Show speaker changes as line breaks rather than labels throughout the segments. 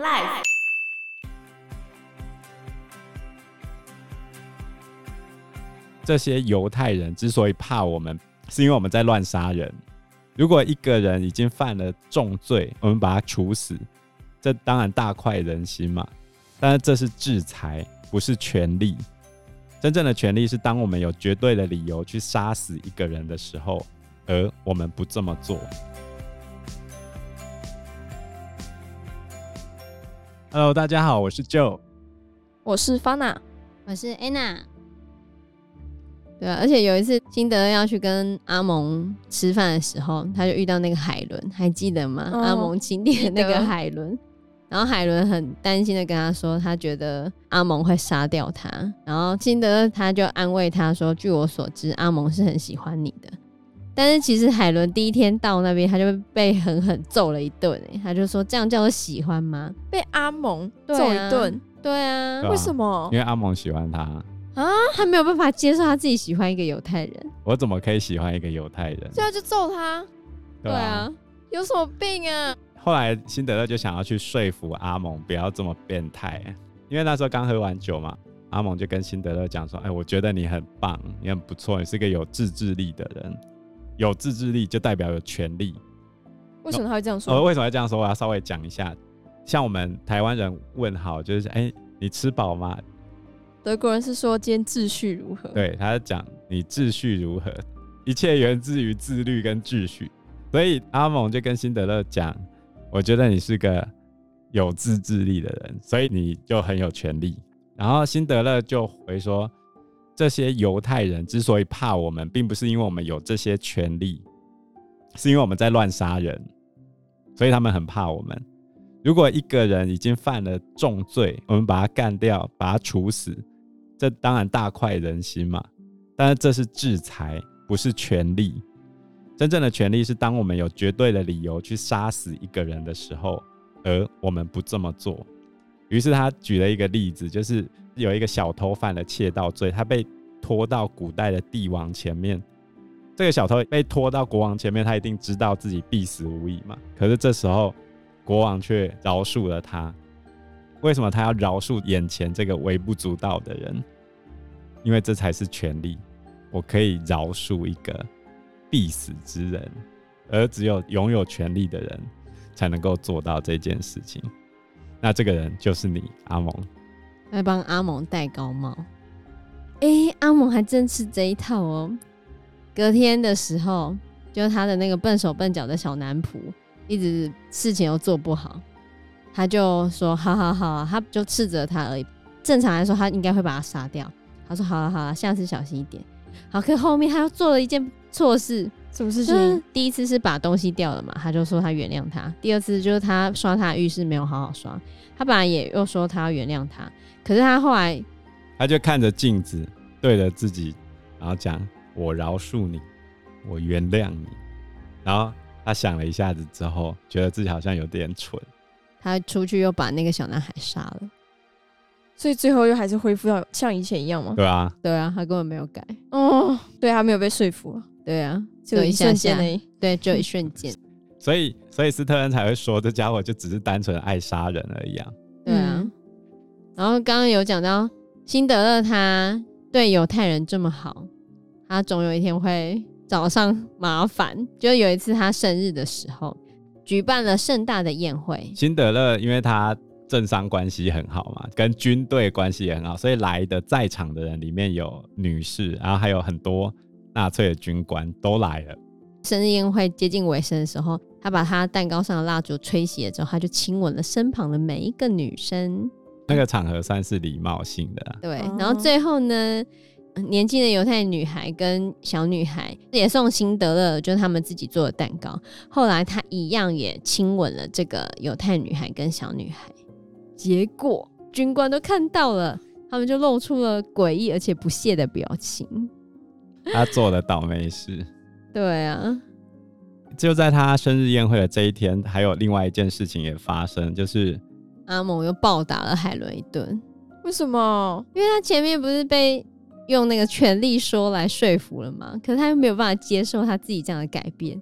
Life。
这些犹太人之所以怕我们，是因为我们在乱杀人。如果一个人已经犯了重罪，我们把他处死，这当然大快人心嘛。但是这是制裁，不是权利。真正的权利是，当我们有绝对的理由去杀死一个人的时候，而我们不这么做。Hello，大家好，我是 Joe。
我是 Fana。
我是 Anna，
对啊，而且有一次金德要去跟阿蒙吃饭的时候，他就遇到那个海伦，还记得吗？
哦
阿蒙请点的那
记
个
得
海伦，然后海伦很担心的跟他说，他觉得阿蒙会杀掉他，然后金德他就安慰他说，据我所知，阿蒙是很喜欢你的。但是其实海伦第一天到那边，他就被狠狠揍了一顿、欸，他就说这样叫做喜欢吗？
被阿蒙
对啊
揍一顿，
对啊
对，啊
为什么
因？为阿蒙喜欢他，
他没有办法接受他自己喜欢一个犹太人。
我怎么可以喜欢一个犹太人？
对啊，就揍他，
对啊。
有什么病啊？
后来辛德勒就想要去说服阿蒙不要这么变态，因为那时候刚喝完酒嘛。阿蒙就跟辛德勒讲说：“哎、我觉得你很棒，你很不错，你是个有自制力的人。有自制力就代表有权利。
为什么他会这样
呃，
说？
为什么要这样说？我要稍微讲一下。像我们台湾人问好，就是哎、你吃饱吗？
德国人是说今天秩序如何？
对，他是讲你秩序如何，一切源自于自律跟秩序。所以阿蒙就跟辛德勒讲，我觉得你是个有自制力的人，所以你就很有权利。然后辛德勒就回说，这些犹太人之所以怕我们，并不是因为我们有这些权利，是因为我们在乱杀人，所以他们很怕我们。如果一个人已经犯了重罪，我们把他干掉，把他处死，这当然大快人心嘛。但是这是制裁，不是权利。真正的权利是当我们有绝对的理由去杀死一个人的时候，而我们不这么做。于是他举了一个例子，就是有一个小偷犯了窃盗罪，他被拖到古代的帝王前面。这个小偷被拖到国王前面，他一定知道自己必死无疑嘛。可是这时候，国王却饶恕了他。为什么他要饶恕眼前这个微不足道的人？因为这才是权利。我可以饶恕一个必死之人，而只有拥有权利的人才能够做到这件事情。那这个人就是你，阿蒙。
来帮阿蒙戴高帽。诶，阿蒙还真吃这一套哦。隔天的时候，就他的那个笨手笨脚的小男仆，一直事情又做不好，他就说：“好好好啊、他就斥责他而已。正常来说，他应该会把他杀掉。他说：“好了好了，下次小心一点。”好，可后面他又做了一件错事，
什么事
就是
情？
第一次是把东西掉了嘛，他就说他原谅他；第二次就是他刷他的浴室没有好好刷，他本来也又说他要原谅他，可是他后来
他就看着镜子，对着自己，然后讲：“我饶恕你，我原谅你。”然后他想了一下子之后，觉得自己好像有点蠢。
他出去又把那个小男孩杀了。
所以最后又还是恢复到像以前一样吗？
对啊，
对啊，他根本没有改。
哦，对，他没有被说服啊，
对啊，
就
一
一
下
瞬
下
间，而已。
对，就一瞬间。
所以所以斯特恩才会说，这家伙就只是单纯爱杀人而已啊。
对啊。
嗯
然后刚刚有讲到辛德勒他对犹太人这么好，他总有一天会找上麻烦。就有一次他生日的时候，举办了盛大的宴会，
辛德勒因为他政商关系很好嘛，跟军队关系也很好，所以来的在场的人里面有女士，然后还有很多纳粹的军官都来了。
生日宴会接近尾声的时候，他把他蛋糕上的蜡烛吹熄了之后，他就亲吻了身旁的每一个女生。
那个场合算是礼貌性的啊，
对
哦，
然后最后呢，呃年轻的犹太女孩跟小女孩也送辛德勒，就是他们自己做的蛋糕。后来他一样也亲吻了这个犹太女孩跟小女孩，结果军官都看到了，他们就露出了诡异而且不屑的表情。
他做了倒霉事。
对啊，
就在他生日宴会的这一天，还有另外一件事情也发生，就是
阿蒙又暴打了海伦一顿，
为什么？
因为他前面不是被用那个权力说来说服了吗？可是他又没有办法接受他自己这样的改变，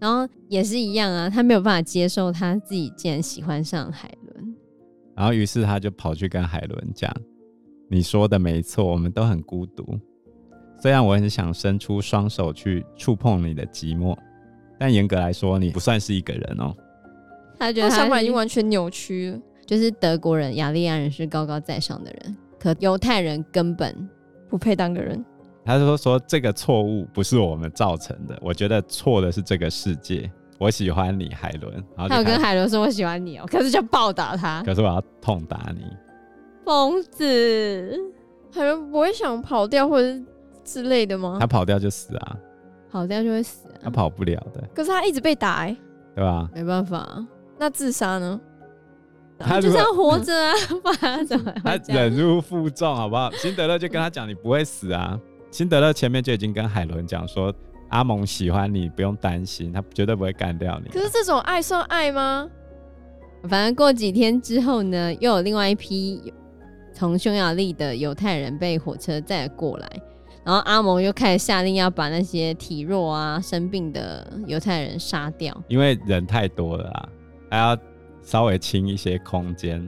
然后也是一样啊，他没有办法接受他自己竟然喜欢上海伦。
然后于是他就跑去跟海伦讲：“你说的没错，我们都很孤独。虽然我很想伸出双手去触碰你的寂寞，但严格来说，你不算是一个人哦。
他觉
他
得
想法
他
已
已
经
经
完全扭曲了，
就是德国人、雅利安人是高高在上的人，可犹太人根本
不配当个人。”
他说：“说这个错误不是我们造成的，我觉得错的是这个世界。我喜欢你，海伦。”然后
他有
就
跟
开始，
海伦说我喜欢你哦、可是就暴打他，
可是我要痛打你。
疯子。
海伦不会想跑掉或者是之类的
嗯
吗
他？跑掉就死啊，
跑掉就会死、
他
啊，
跑不了的，
可是他一直被打、欸，
对吧？
没办法、啊，
那自杀呢？
他
就
如果
是要活着啊， 不然他怎么
他
会这样？
忍辱负重，好不好？辛德勒就跟他讲：“你不会死啊！”辛德勒前面就已经跟海伦讲说：“阿蒙喜欢你，不用担心，他绝对不会干掉你啊。”
可是这种爱算爱吗？
反正过几天之后呢，又有另外一批从匈牙利的犹太人被火车载过来，然后阿蒙又开始下令要把那些体弱啊、生病的犹太人杀掉。
因为人太多了啊，还要稍微清一些空间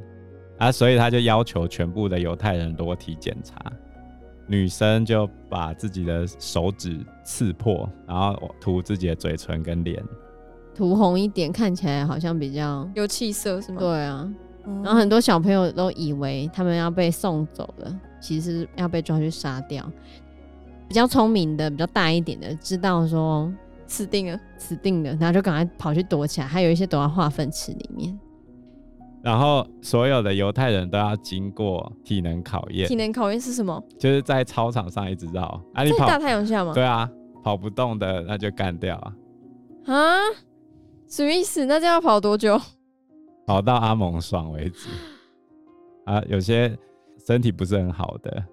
啊，所以他就要求全部的犹太人裸体检查，女生就把自己的手指刺破，然后涂自己的嘴唇跟脸，
涂红一点，看起来好像比较
有气色是吗？
对啊。
嗯，
然后很多小朋友都以为他们要被送走了，其实是要被抓去杀掉。比较聪明的、比较大一点的，知道说
死定了。
死定了，然后就赶快跑去躲起来，还有一些躲到化粪池里面。
然后所有的犹太人都要经过体能考验
体，能考验是什么？
就是在操场上一直绕啊，你
在
跑
大太阳下吗？
对啊，跑不动的那就干掉啊，
啊，什么意思？那这样要跑多久？
跑到阿蒙爽为止。啊，有些身体不是很好的，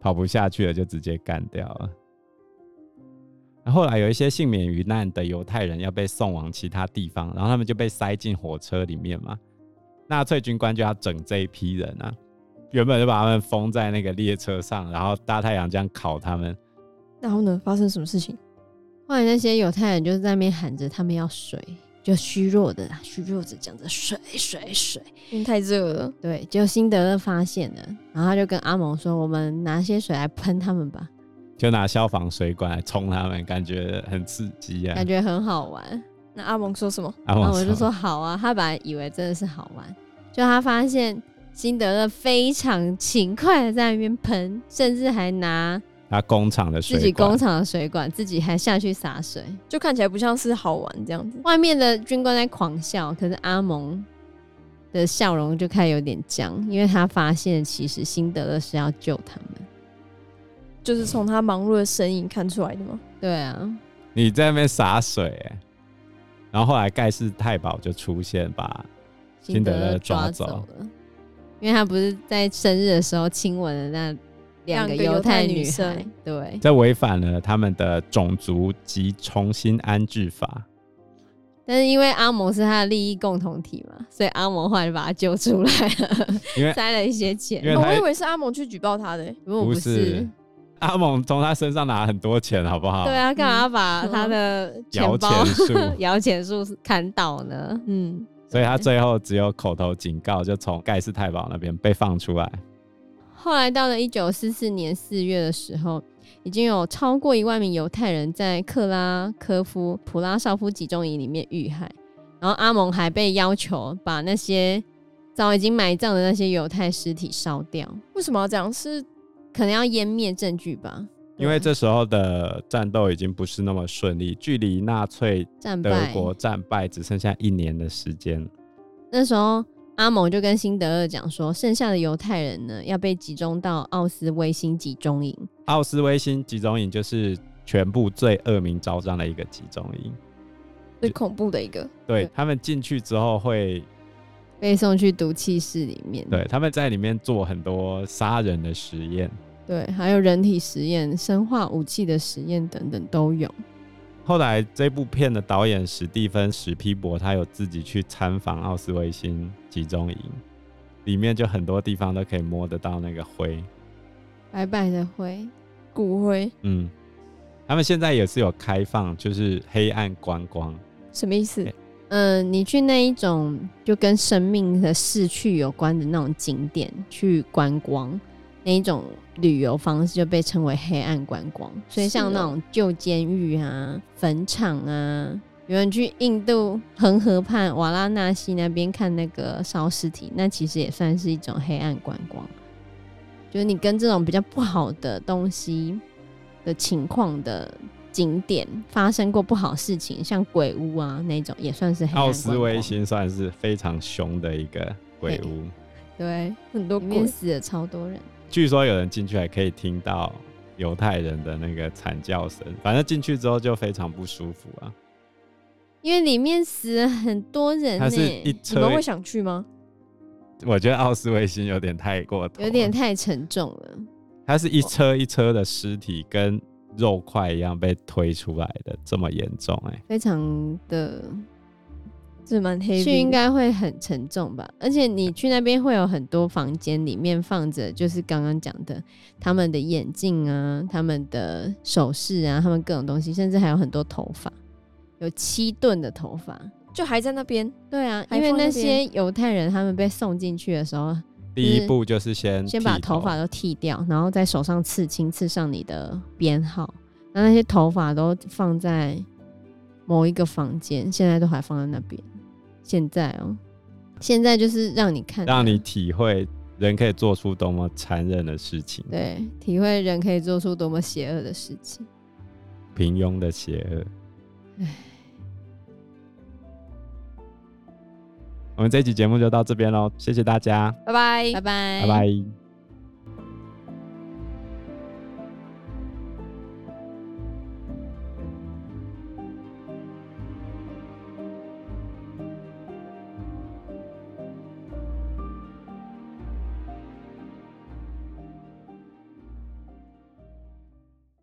跑不下去了就直接干掉了。然后后来有一些幸免于难的犹太人要被送往其他地方，然后他们就被塞进火车里面嘛。纳粹军官就要整这一批人啊，原本就把他们封在那个列车上，然后大太阳这样烤他们，
然后呢？发生什么事情？
后来那些犹太人就在那边喊着他们要水，就虚弱的啦虚弱着讲着水水水。
因为太热了，
对，结果辛德勒发现了，然后他就跟阿蒙说：“我们拿些水来喷他们吧，
就拿消防水管来冲他们，感觉很刺激啊。
感觉很好玩。”
那阿蒙说什么？
阿
然
蒙
后我就说好啊，他本来以为真的是好玩，就他发现辛德勒非常勤快的在那边喷，甚至还拿
他工厂的水管
自己工厂的水管，自己还下去洒水。
就看起来不像是好玩这样子。
外面的军官在狂笑，可是阿蒙的笑容就开始有点僵，因为他发现其实辛德勒是要救他们。
就是从他忙碌的身影看出来的吗？
对啊，
你在那边洒水、欸，然后后来盖世太保就出现，把
辛
辛
德
德
勒
勒
抓
抓
走
走
了，因为他不是在生日的时候亲吻了那两
两
个
个犹
犹
太
太
女
女
生
孩，对。
这违反了他们的种族及重新安置法。
但是因为阿蒙是他的利益共同体嘛，所以阿蒙后来就把他救出来了，
因为
塞了一些
因
钱。
为
哦
他
我以为是阿蒙去举报他的、欸
如果不是，
阿蒙从他身上拿很多钱，好不好？
对，啊，干嗯嘛要把他的钱
摇
包
钱树，
摇钱树砍倒呢？
嗯，
所以他最后只有口头警告，就从盖世太保那边被放出来。
后来到了一九四四年四月的时候，已经有超过一万名犹太人在克拉科夫普拉绍夫集中营里面遇害，然后阿蒙还被要求把那些早已经埋葬的那些犹太尸体烧掉，
为什么要这样？是
可能要湮灭证据吧。
因为这时候的战斗已经不是那么顺利，距离纳粹
战
德
败，
国战败只剩下一年的时间。
那时候阿蒙就跟辛德勒讲说，剩下的犹太人呢要被集中到奥斯威辛集中营。
奥斯威辛集中营就是全部最恶名昭彰的一个集中营。
最恐怖的一个，
对
对
他们进去之后会，
被送去毒气室里面，
对他们在里面做很多杀人的实验。
对，还有人体实验、生化武器的实验等等都有。
后来这部片的导演史蒂芬·史皮伯，他有自己去参访奥斯威辛集中营，里面就很多地方都可以摸得到那个灰。
白白的灰，
骨灰
嗯，他们现在也是有开放，就是黑暗观光。
什么意思？
嗯，你去那一种就跟生命的逝去有关的那种景点去观光，那一种旅游方式就被称为黑暗观光。所以像
是哦
那种旧监狱啊、坟场啊，有人去印度恒河畔瓦拉纳西那边看那个烧尸体，那其实也算是一种黑暗观光。就是你跟这种比较不好的东西的情况的景点发生过不好事情，像鬼屋啊那种，也算是黑暗
奥斯
观
维
光
辛算是非常凶的一个鬼屋，
对，
很多
里面
鬼，
死了超多人。
据说有人进去还可以听到犹太人的那个惨叫声，反正进去之后就非常不舒服啊。
因为里面死了很多人、呢，
它是一
你
车
们，会想去吗？
我觉得奥斯维辛有点太过头了，
有点太沉重了。
它是一车一车的尸体跟肉块一样被推出来的，这么严重哎、
非常的
这蛮黑的，
去应该会很沉重吧，而且你去那边会有很多房间，里面放着就是刚刚讲的他们的眼镜啊、他们的首饰啊、他们各种东西，甚至还有很多头发，有七吨的头发。
就还在那边，
对啊，
还
因为
放那
那些犹太人他们被送进去的时候，
第一步就是先
先把
剃
头发都剃掉，然后在手上刺青，刺上你的编号。那那些头发都放在某一个房间，现在都还放在那边。现在哦、现在就是让你看，
让你体会人可以做出多么残忍的事情，
对体会人可以做出多么邪恶的事情。
平庸的邪恶。我们这一期节目就到这边喽，谢谢大家，
拜拜
拜拜，
拜拜